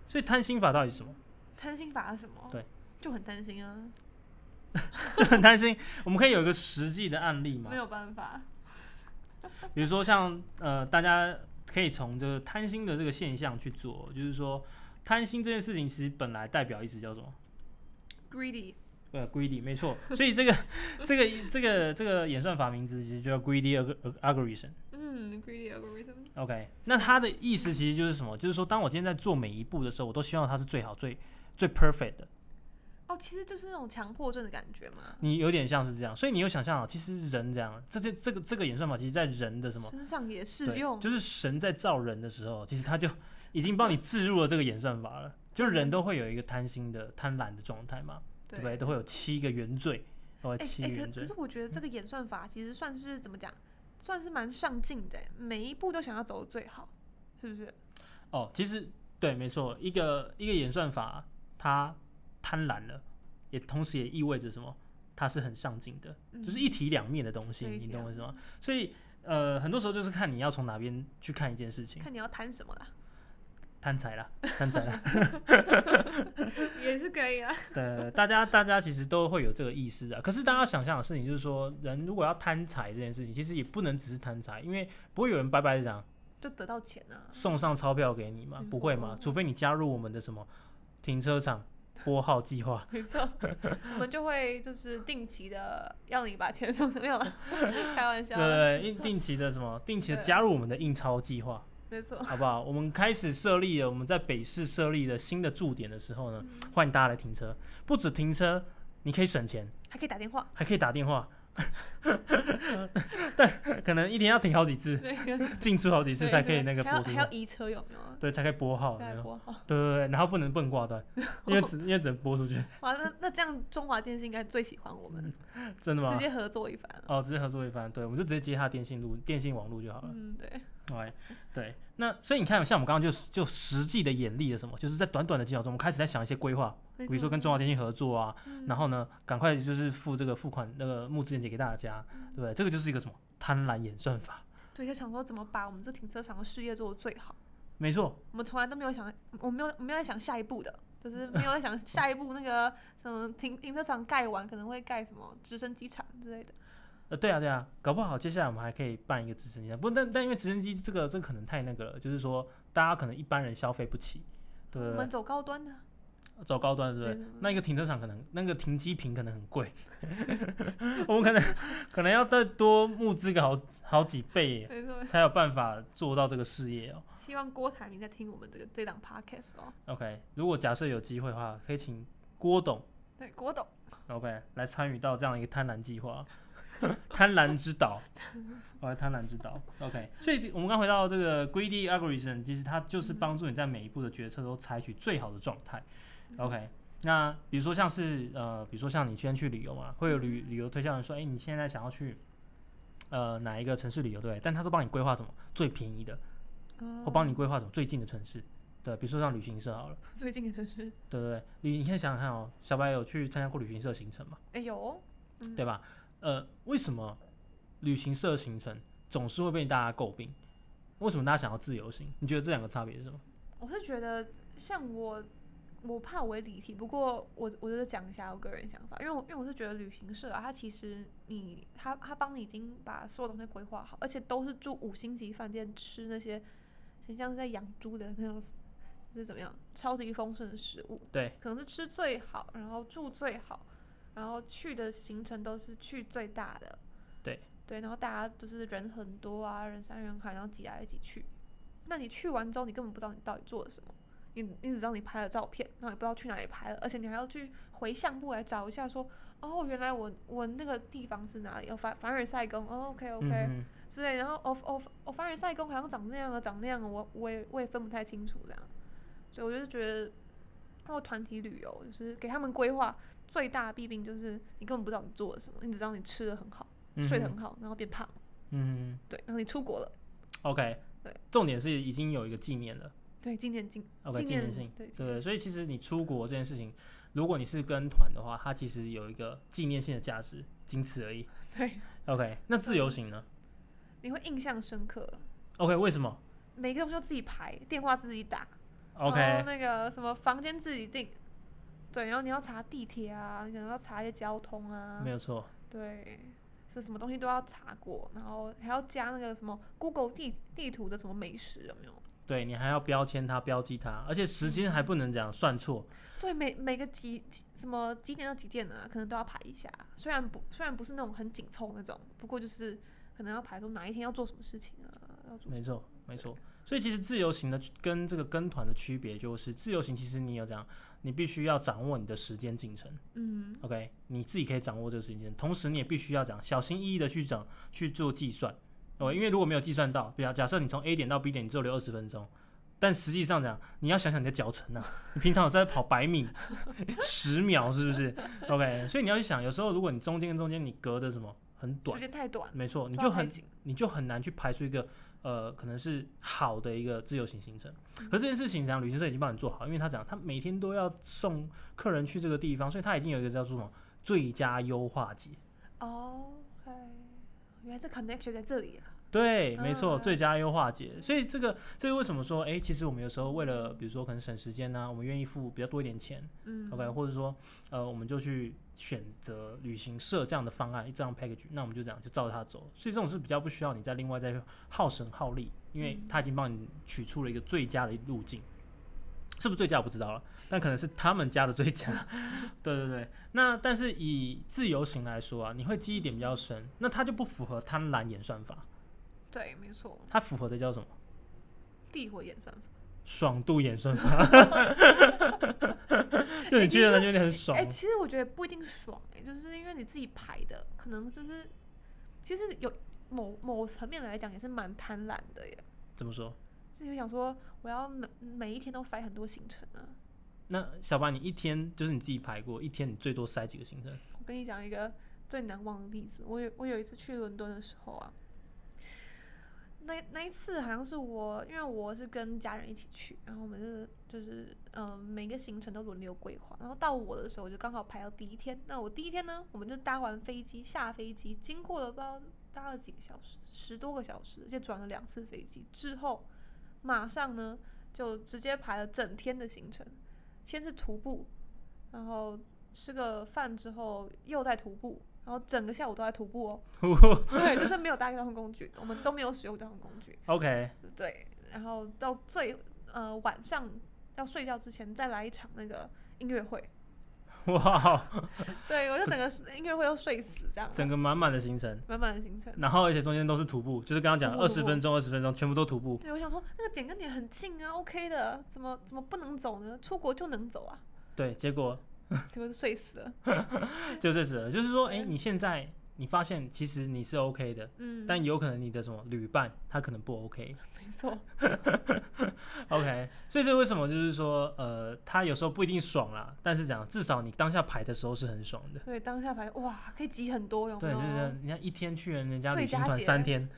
所以贪心法到底是什么？
[LAUGHS]
[LAUGHS]
贪心法是什么？
对，
[LAUGHS] 就很担心啊，
就很贪心。我们可以有一个实际的案例吗
没？有办法。
比如说像呃，大家可以从这个贪心的这个现象去做，就是说贪心这件事情其实本来代表意思叫什么？ [LAUGHS]
greedy
呃，greedy，没错。所以这个 [LAUGHS] 这个这个这个演算法名字其实就叫 greedy alg- 呃 algorithm。
嗯，greedy algorithm，
OK，那它的意思其实就是什么？就是说，当我今天在做每一步的时候，我都希望它是最好、最最 perfect 的。
哦，其实就是那种强迫症的感觉嘛，
你有点像是这样，所以你有想象啊，其实人这样，这这这个这个演算法，其实在人的什么？
身上也适
对，
用，
就是神在造人的时候，其实他就 [LAUGHS] 已经帮你置入了这个演算法了。就是
嗯
人都会有一个贪心的、贪婪的状态嘛，对不对？都会有七个原罪，哦，
哎
七个
哎，
嗯原
可可
罪。
是我觉得这个演算法其实算是怎么讲，算是蛮上进的，欸每一步都想要走的最好，是不是？
哦，其实对，没错，一个一个演算法，它贪婪了，也同时也意味着什么？它是很上进的，
嗯
就是一体两面的东西，
对一体
你懂
两
我意思吗？所以呃，很多时候就是看你要从哪边去看一件事情，
看你要贪什么啦，
贪财啦，贪财啦。
[LAUGHS] 也是可以啊。
对，呃大家大家其实都会有这个意识啊的。可是大家想象的事情就是说，人如果要贪财这件事情，其实也不能只是贪财，因为不会有人白白的讲
就得到钱啊， [LAUGHS]
送上钞票给你嘛
嗯，
不会嘛，除非你加入我们的什么停车场拨号计划。
没错，我们就会就是定期的要你把钱送没有了，开玩笑
对
的，
对，定定期的什么，定期的
对
加入我们的印钞计划，
没错，
好不好？我们开始设立了我们在北市设立的新的驻点的时候呢，
嗯
欢迎大家来停车。不止停车，你可以省钱，
还可以打电话，
还可以打电话， [LAUGHS] 但可能一天要停好几次，
对，
进出好几次
对
才可以
对
那个哦
还
播
要
出
还，要移车有没有啊？
对，才可以拨号，
再哦
然
来
后
拨号
对对对，然后不能不能挂断，因为只因为只能播出去，
哇，那那这样中华电信应该最喜欢我们，
嗯真的吗
直？接合作一番了。
哦，直接合作一番，对，我们就直接接他电信路、电信网路就好了。
嗯，对，
哎、对，那所以你看，像我们刚刚就就实际的演例的什么，就是在短短的几秒钟，我们开始在想一些规划，
没
比如说
错
跟中华电信合作啊，
嗯
然后呢，赶快就是付这个付款那个募资链接给大家，
嗯
对不对？这个就是一个什么贪婪演算法，
对，就想说怎么把我们这停车场的事业做得最好。
没错，
我们从来都没有想，我没有我没有在想下一步的，
[LAUGHS]
就是没有在想下一步那个什么停停车场盖完可能会盖什么直升机场之类的。
呃，对啊，对啊，搞不好接下来我们还可以办一个直升机，啊不，但但因为直升机这个这个可能太那个了，就是说大家可能一般人消费不起，对
我
不
们
对？
走高端的，
走高端，对不对
嗯？
那一个停车场可能那个停机坪可能很贵， [LAUGHS] 我们可能可能要再多募资个好好几倍耶，
没错。
才有办法做到这个事业哦。
希望郭台铭在听我们这个这档 podcast 哦。
OK，如果假设有机会的话，可以请郭董
对，郭董，
OK 来参与到这样一个贪婪计划， [LAUGHS] 贪婪之岛，我来贪婪之岛 OK。所以我们刚回到这个 greedy algorithm，其实它就是帮助你在每一步的决策都采取最好的状态。OK，那比如说像是呃，比如说像你先去旅游嘛，会有旅旅游推销人说，哎、你现在想要去呃哪一个城市旅游，对不对？但他都帮你规划什么最便宜的，
嗯
或帮你规划什么最近的城市。对，比如说像旅行社好了，
最近的城市，
对不对？你你先想想看哦，小白有去参加过旅行社行程吗？
哎有哦，嗯
对吧？呃，为什么旅行社行程总是会被大家诟病？为什么大家想要自由行？你觉得这两个差别是什么？
我是觉得像我，我怕我会离题，不过我我就讲一下我个人想法，因为我因为我是觉得旅行社啊，它其实你它它帮你已经把所有东西规划好，而且都是住五星级饭店，吃那些很像是在养猪的那种，就是怎么样超级丰盛的食物，
对，
可能是吃最好，然后住最好，然后去的行程都是去最大的，
对
对，然后大家就是人很多啊，人山人海，然后挤来一起去。那你去完之后，你根本不知道你到底做了什么，你你只知道你拍了照片，然后也不知道去哪里拍了，而且你还要去回相簿来找一下说，哦，原来我我那个地方是哪里？哦，凡凡尔赛宫，哦，OK OK，、
嗯
之类，然后哦哦哦，凡尔赛宫好像长那样啊，长那样啊，我我也我也分不太清楚这样，所以我就觉得或团体旅游，就是给他们规划最大的弊病就是你根本不知道你做了什么，你只知道你吃的很好，
嗯
睡
哼
得很好，然后变胖，
嗯
对，然后你出国了，
哼，OK，
对
重点是已经有一个纪念了
对，纪念纪
，OK，纪
念
念性，
对纪
对，所以其实你出国这件事情，如果你是跟团的话，它其实有一个纪念性的价值，仅此而已。
[LAUGHS] 对，
OK，那自由行呢
你会印象深刻，
？OK，为什么
每个东西都自己排，电话自己打然后
？OK，
那个什么房间自己订，对，然后你要查地铁啊，你可能要查一些交通啊，
没有错，
对，是什么东西都要查过，然后还要加那个什么 Google 地地图的什么美食有没有？
对你还要标签它、标记它，而且时间还不能这样算错。
对，每每个几几什么几点到几点啊，可能都要排一下。虽然不虽然不是那种很紧凑那种，不过就是可能要排说哪一天要做什么事情啊，要做什么
没错，没错。所以其实自由行的区跟这个跟团的区别就是，自由行其实你有这样，你必须要掌握你的时间进程。
嗯，
OK，你自己可以掌握这个时间，同时你也必须要讲小心翼翼的去讲去做计算。哦，因为如果没有计算到，比方假设你从 A 点到 B 点，你只有留二十分钟，但实际上讲，你要想想你的脚程啊，你平常有在跑百米十秒是不是？OK，所以你要去想，有时候如果你中间跟中间你隔的什么很短
时，间太短，
没错，你
抓
就
太
很
紧
你就很难去排出一个呃，可能是好的一个自由行行程。可是这件事情，讲旅行社已经帮你做好，因为他讲他每天都要送客人去这个地方，所以他已经有一个叫做什么最佳优化节。
哦。OK，原来这 connection 在这里啊。
对，没错，
嗯
最佳优化节。所以这个，这是为什么说，诶，其实我们有时候为了，比如说可能省时间呐、啊我们愿意付比较多一点钱、
嗯
o k 或者说，呃，我们就去选择旅行社这样的方案，这样 package，那我们就这样就照着它走。所以这种是比较不需要你再另外再耗神耗力，因为
嗯
他已经帮你取出了一个最佳的路径。是不是最佳我不知道了，但可能是他们家的最佳。 [LAUGHS] 对对对，那但是以自由行来说啊，你会记忆点比较深，那它就不符合贪婪演算法。
对，没错，
它符合的叫什么？
地回演算法。
爽度演算法。 [LAUGHS] 就你觉得呢，有点很爽
哎、。其实我觉得不一定爽、哎，就是因为你自己排的，可能就是其实有某某层面来讲也是蛮贪婪的耶。
怎么说？
就是有想说，我要每每一天都塞很多行程啊。
那小白，你一天就是你自己排过，一天你最多塞几个行程？
我跟你讲一个最难忘的例子，我有我有一次去伦敦的时候啊，那那一次好像是我，因为我是跟家人一起去，然后我们就是就是嗯、呃每个行程都轮流规划，然后到我的时候我就刚好排到第一天。那我第一天呢，我们就搭完飞机下飞机，经过了不知道搭了几个小时，十多个小时，而且转了两次飞机之后，马上呢就直接排了整天的行程，先是徒步，然后吃个饭之后又在徒步，然后整个下午都在徒步哦。
[LAUGHS]
对，就是没有搭交通工具，我们都没有使用交通工具。
OK， [LAUGHS]
对，然后到最呃晚上要睡觉之前再来一场那个音乐会。
哇，
对，我就整个是音乐会都睡死这样子，
整个满满的行程，
满满的行程。
然后而且中间都是徒步，就是刚刚讲
徒
二
步
十分钟、二十分钟全部都徒步。
对，我想说那个点跟点很近啊，OK 的，怎么怎么不能走呢？出国就能走啊，
对，结果
结果就睡死了。
就是这了。就是说，哎，你现在你发现其实你是 OK 的，
嗯，
但有可能你的什么旅伴他可能不 OK。
[LAUGHS] 没错，
OK，所 [LAUGHS] 以这为什么就是说，呃，他有时候不一定爽啦，但是讲至少你当下排的时候是很爽的。
对，当下排哇，可以挤很多，有没
对，
有？
就是人家一天去人家
最
旅行
佳
团
节 [LAUGHS]
三天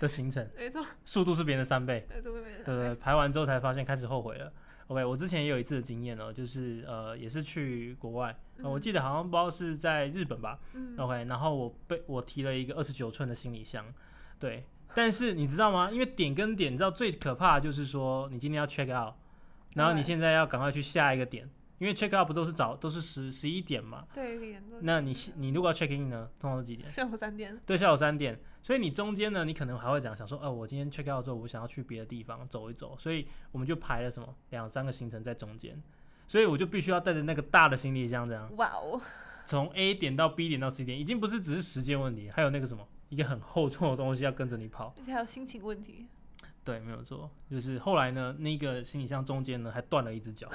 的行程，
没错，
速度是别人的三倍。
对，这边
对对，排完之后才发现开始后悔了。OK，我之前也有一次的经验哦，就是呃，也是去国外，呃我记得好像不知道是在日本吧。OK，然后我被我提了一个二十九寸的行李箱，对。但是你知道吗？因为点跟点，你知道最可怕的就是说，你今天要 check out，然后你
对
现在要赶快去下一个点，因为 check out 不都是早都是十十一点嘛？
对，有点严重。
那你你如果要 check in 呢，通常是几点？
下午三点，
对，下午三点。所以你中间呢，你可能还会讲想说，哦、我今天 check out 之后，我想要去别的地方走一走，所以我们就排了什么两三个行程在中间。所以我就必须要带着那个大的行李箱，这样
哇哦，
从 A 点到 B 点到 C 点，已经不是只是时间问题，还有那个什么一个很厚重的东西要跟着你跑。
而且还有心情问题，
对，没有错。就是后来呢，那个行李箱中间呢还断了一只脚。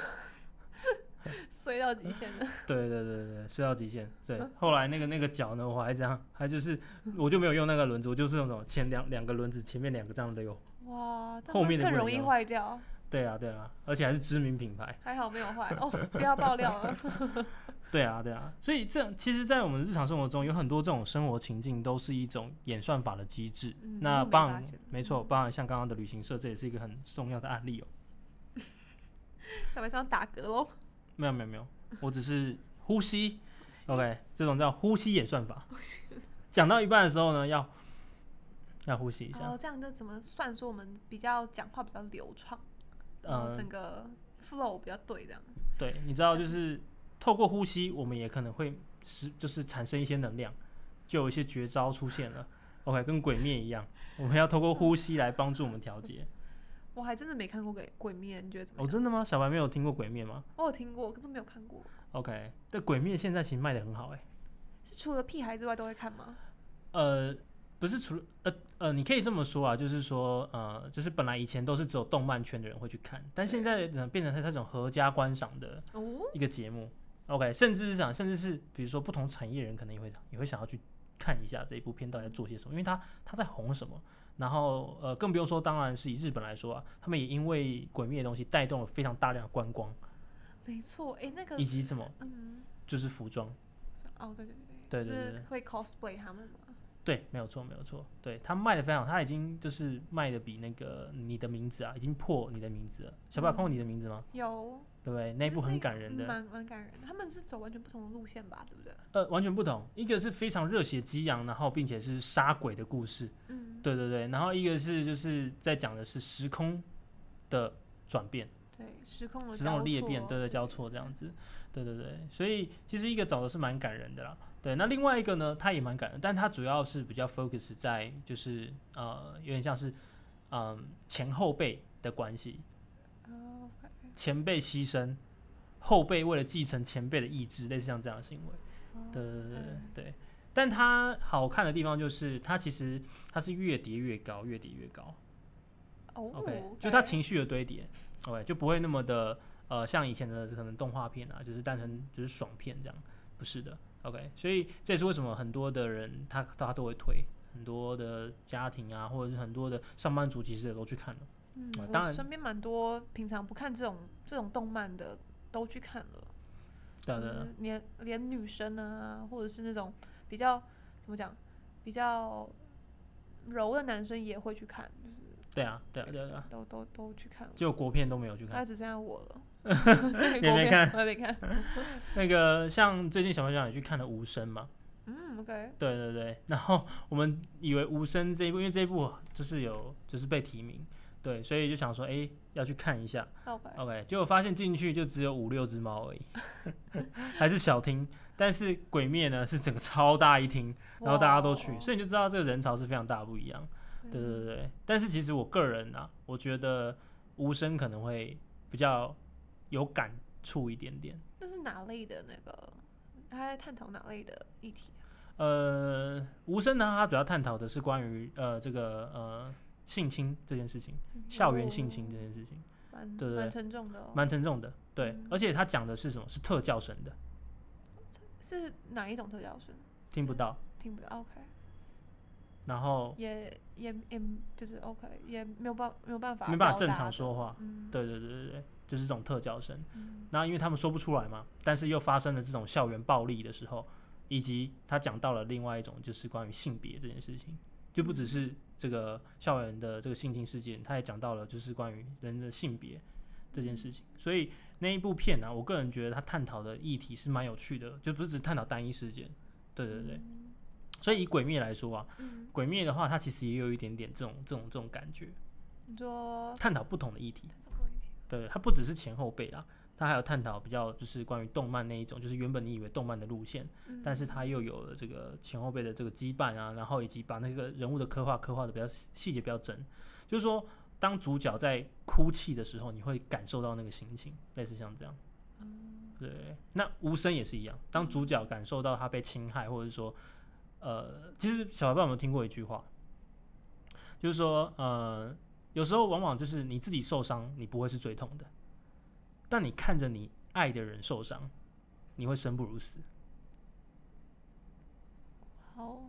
衰到极限了。
[LAUGHS] 对对对对，睡到极限。 [LAUGHS] 对，后来那个那个脚呢，我还这样，还就是我就没有用那个轮子，我就是那种前两两个轮子，前面两个这样溜。
哇，但
后面的
更
不能
容易
用
坏掉。
对啊，对啊，而且还是知名品牌。
还好没有坏哦，不要爆料
[LAUGHS]
了。
对啊，对啊，所以这样其实，在我们日常生活中，有很多这种生活情境都是一种演算法的机制。
嗯这是
那
我没
包
发
含
现的
没嗯错，包含像刚刚的旅行社，这也是一个很重要的案例哦。
小白要打嗝喽，
没有没有 [LAUGHS] 没有，我只是呼吸。OK，这种叫呼吸演算法。讲到一半的时候呢，要要呼吸一下。
哦，这样就怎么算说我们比较讲话比较流畅，然后
呃，
整个 flow 比较对这样。
对，你知道，就是透过呼吸，我们也可能会是就是产生一些能量，就有一些绝招出现了。OK，跟鬼灭一样，我们要透过呼吸来帮助我们调节。
我还真的没看过鬼《鬼灭》，你觉得怎么
哦，
样？
真的吗？小白没有听过鬼灭吗
我有听过，可是没有看过。
？OK，但鬼灭现在其实卖的很好哎、
是除了屁孩之外都会看吗？
呃，不是除了呃呃，你可以这么说啊，就是说呃，就是本来以前都是只有动漫圈的人会去看，但现在呃变成它这种合家观赏的
哦，
一个节目。OK，甚至是想，甚至是比如说不同产业人可能也会也会想要去看一下这一部片到底在做些什么，因为它它在红什么。然后呃，更不用说，当然是以日本来说啊，他们也因为《鬼灭》的东西带动了非常大量的观光，
没错，哎、那个
以，及什么
嗯，
就是服装。
哦，对对
对
对，
对
就
对
是会 cosplay 他们嘛。
对，没有错，没有错。对，它卖的非常好，它已经就是卖的比那个你的名字啊，已经破你的名字了。小宝有看过你的名字吗？
有
对不对？那一
这
部
是
很
一个
感人的。
蛮蛮感人的。他们是走完全不同的路线吧，对不对？
呃，完全不同，一个是非常热血激昂，然后并且是杀鬼的故事，
嗯，
对对对，然后一个是就是在讲的是时空的转变，
对，时空的
时空的
哦交
裂变，
错
对对交错这样子，对对对，所以其实一个找的是蛮感人的啦，对，那另外一个呢，它也蛮感人，但它主要是比较 focus 在就是呃有点像是嗯、前后辈的关系，
哦，OK
前辈牺牲，后辈为了继承前辈的意志，类似像这样的行为。
哦
对对对
嗯
对对。但它好看的地方就是，它其实它是越叠越高，越叠越高。OK，
哦，
就它情绪的堆叠，OK 就不会那么的呃，像以前的可能动画片啊，就是单纯就是爽片这样，不是的。OK，所以这也是为什么很多的人他他都会推，很多的家庭啊，或者是很多的上班族其实也都去看了。
嗯
啊，当
我
然
身边蛮多平常不看这种这种动漫的都去看了，
对啊对对
就是连连女生啊，或者是那种比较怎么讲，比较柔的男生也会去看，
对啊，对啊，对啊，对啊，
都都都去看了。
只有国片都没有去看。
那只剩下我
[LAUGHS]
了，对
也
我
没看
我也没看。
那个像最近小朋友也去看了《无声》嘛，
嗯，OK，
对对对，然后我们以为《无声》这一部，因为这一部就是有就是被提名，对，所以就想说，哎，要去看一下。
好吧。
OK，结果发现进去就只有五六只猫而已， [LAUGHS] 还是小厅。但是《鬼灭》呢是整个超大一厅，然后大家都去，
哇
所以你就知道这个人潮是非常大不一样。对对对，但是其实我个人啊，我觉得《无声》可能会比较有感触一点点。
那是哪类的那个？他在探讨哪类的议题啊？
呃，无声呢，他主要探讨的是关于呃这个呃性侵这件事情，校园性侵这件事情，
哦，蛮
对对对
蛮沉重的哦。
蛮沉重的。对
嗯，
而且他讲的是什么？是特教生的，
是哪一种特教生？
听不到。
听不到。OK，
然后
也也也就是 OK，也没有办没有办法
没办法
表
正
达
常
的。
说话。
嗯，
对对对对对，就是这种特教生。
嗯
那因为他们说不出来嘛，但是又发生了这种校园暴力的时候，以及他讲到了另外一种就是关于性别这件事情，就不只是这个校园的这个性侵事件，他也讲到了就是关于人的性别这件事情。所以那一部片呢、啊我个人觉得他探讨的议题是蛮有趣的，就不是只探讨单一事件。对对对，所以以《鬼灭》来说啊，
嗯，
《鬼灭》的话，它其实也有一点点这种这种这种感觉，
你说
探讨不同的议题。对，它不只是前后辈啦，它还有探讨比较就是关于动漫那一种，就是原本你以为动漫的路线，
嗯
但是它又有了这个前后辈的这个羁绊啊，然后以及把那个人物的刻画刻画的比较细细节比较真，就是说当主角在哭泣的时候，你会感受到那个心情，类似像这样。对，那无声也是一样，当主角感受到他被侵害，或者说，呃，其实小伙伴有没有听过一句话？就是说，呃，有时候往往就是你自己受伤，你不会是最痛的，但你看着你爱的人受伤，你会生不如死。
好，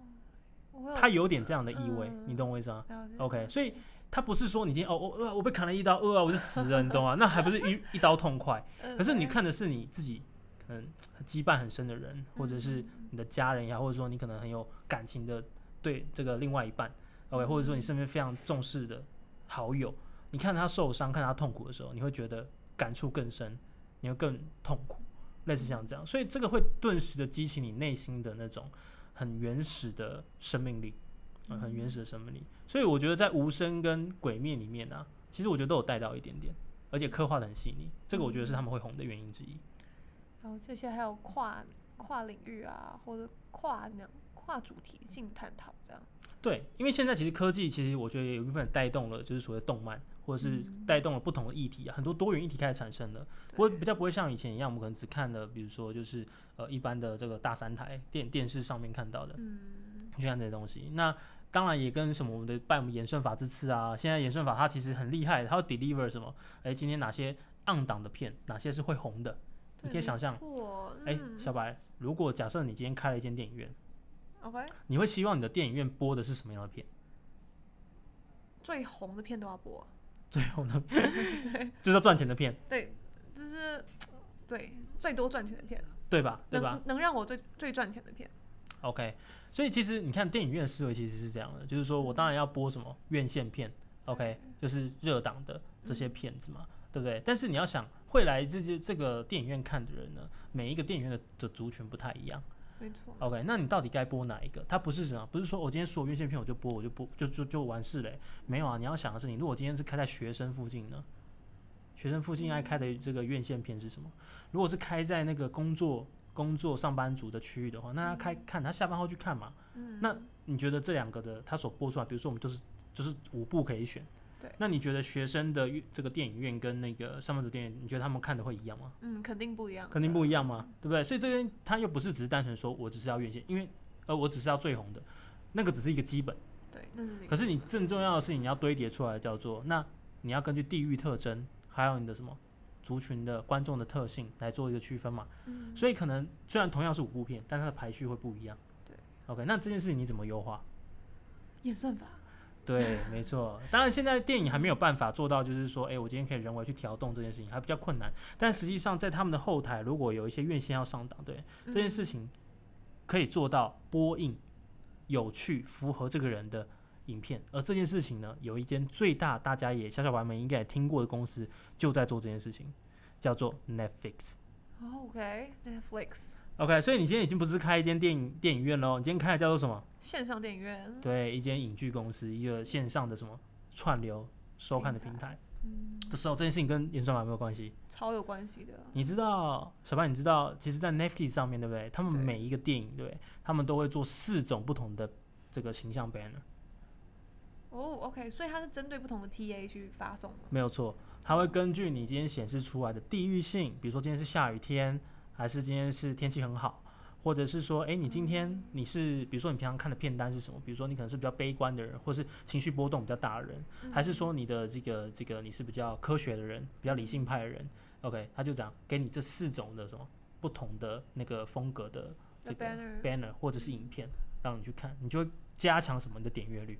我有
它有点这样的意味，
嗯
你懂我意思吗
了解
？OK，所以他不是说你今天哦，我呃我被砍了一刀，呃我就死了，你懂吗？那 [LAUGHS] 还不是一一刀痛快？
嗯
可是你看的是你自己可能羁绊很深的人，或者
嗯
是你的家人呀，或者说你可能很有感情的对这个另外一半，OK，或者说你身边非常重视的好友，你看他受伤，看他痛苦的时候，你会觉得感触更深，你会更痛苦，类似像这样，所以这个会顿时的激起你内心的那种很原始的生命力。嗯，很原始的生命力，所以我觉得在《无声》跟《鬼灭》里面啊，其实我觉得都有带到一点点，而且刻画的很细腻，这个我觉得是他们会红的原因之一。
然后这些还有跨跨领域啊，或者跨怎么样跨主题性探讨这样。
对，因为现在其实科技，其实我觉得也有一部分带动了，就是所谓的动漫，或者是
嗯
带动了不同的议题啊，很多多元议题开始产生了。不会比较不会像以前一样，我们可能只看了，比如说就是呃一般的这个大三台电电视上面看到的，嗯，就像这些东西。那当然也跟什么我们的拜我们演算法之赐啊，现在演算法它其实很厉害，它要 deliver 什么？哎，今天哪些暗档的片，哪些是会红的？你
对
可
没
以想象，
错
哎，
嗯
小白，如果假设你今天开了一间电影院，
，OK，
你会希望你的电影院播的是什么样的片？
最红的片都要播，
最红的，就是要赚钱的片，
对，就是对最多赚钱的片啊，
对吧？对吧？
能能让我最最赚钱的片，
OK，所以其实你看电影院的思维其实是这样的，就是说我当然要播什么院线片，OK，就是热档的这些片子嘛，对不对？但是你要想，会来这些这个电影院看的人呢，每一个电影院的的族群不太一样
没错，
，OK，那你到底该播哪一个？它不是什么，不是说我今天所有院线片我就播，我就播就就就完事嘞、没有啊，你要想的是，你如果今天是开在学生附近呢？学生附近爱开的这个院线片是什么？如果是开在那个工作工作上班族的区域的话，那他开看他下班后去看嘛。
嗯，
那你觉得这两个的他所播出来，比如说我们都是就是五部可以选，
对
那你觉得学生的院这个电影院跟那个上班族电影院，你觉得他们看的会一样吗？
嗯，肯定不一样，
肯定不一样
啊
嘛，对不对？所以这边他又不是只是单纯说我只是要院线，因为呃我只是要最红的，那个只是一个基本。
对，那是
可是你更重要的是，你要堆叠出来叫做，那你要根据地域特征，还有你的什么族群的观众的特性来做一个区分嘛。
嗯
所以可能虽然同样是五部片，但它的排序会不一样。
对
，OK，那这件事情你怎么优化？
演算法，
对，没错。当然，现在电影还没有办法做到，就是说，哎、我今天可以人为去调动这件事情，还比较困难。但实际上，在他们的后台，如果有一些院线要上档，对
嗯
这件事情可以做到播映有趣、符合这个人的影片。而这件事情呢，有一间最大大家也小小白们应该也听过的公司就在做这件事情，叫做 Netflix。
哦，OK，Netflix
OK，所以你今天已经不是开一间电影电影院喽，你今天开的叫做什么？
线上电影院，
对一间影剧公司，一个线上的什么串流收看的平
平
台。这时候这件事情跟演算法有没有关系？
超有关系的，
你知道，小白，你知道，其实，在 Netflix 上面，对不对？他们
对
每一个电影，对不对？他们都会做四种不同的这个形象 banner，
哦，OK，所以它是针对不同的 TA 去发送吗？
没有错。它会根据你今天显示出来的地域性，比如说今天是下雨天，还是今天是天气很好，或者是说，诶，你今天你是，比如说你平常看的片单是什么？比如说你可能是比较悲观的人，或是情绪波动比较大的人，还是说你的这个这个你是比较科学的人，比较理性派的人？OK，他就讲给你这四种的什么不同的那个风格的这
那
个
banner
banner 或者是影片，让你去看，你就会加强什么你的点阅率。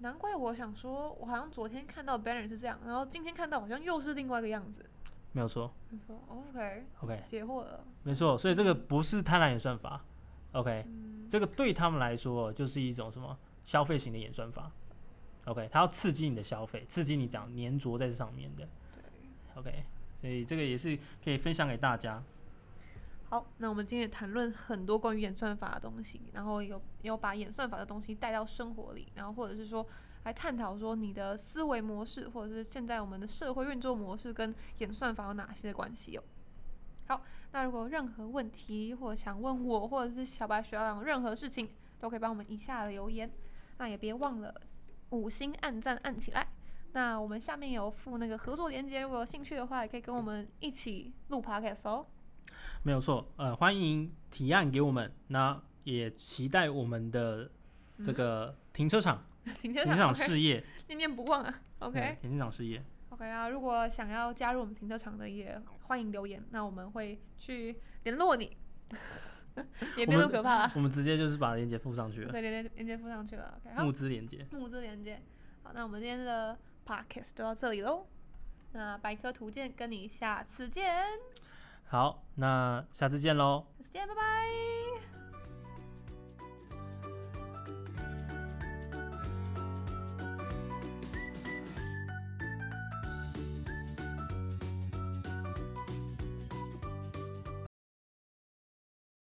难怪我想说，我好像昨天看到 banner 是这样，然后今天看到好像又是另外一个样子。
没有错
他说哦 OK，
，OK，
解惑了。
没错，所以这个不是贪婪演算法，OK，、这
嗯
个对他们来说哦就是一种什么消费型的演算法，OK，它要刺激你的消费，刺激你讲粘着在这上面的
对，
，OK，所以这个也是可以分享给大家。
好，那我们今天也谈论很多关于演算法的东西，然后有有把演算法的东西带到生活里，然后或者是说来探讨说你的思维模式，或者是现在我们的社会运作模式跟演算法有哪些关系哦。好，那如果有任何问题或者想问我或者是小白学长任何事情，都可以帮我们以下留言。那也别忘了五星按赞按起来。那我们下面有附那个合作链接，如果有兴趣的话，也可以跟我们一起录 podcast 哦。 [LAUGHS]
没有错，呃，欢迎提案给我们，那也期待我们的这个停车场、
嗯停车
停车
场
场
OK，
事业
念念不忘
[LAUGHS]
啊。
嗯
OK
停车场事业，
OK 啊，如果想要加入我们停车场的，也欢迎留言，那我们会去联络你， [LAUGHS] 也没
我们
那么可 [LAUGHS] 怕、啊。
我们直接就是把链接附上去了，
对，连接连接附上去了。OK，好，
募资链接，
募资连接。好，那我们今天的 podcast 就到这里喽。那百科图鉴跟你下次见，
好，那下次见喽。
下次见，拜拜。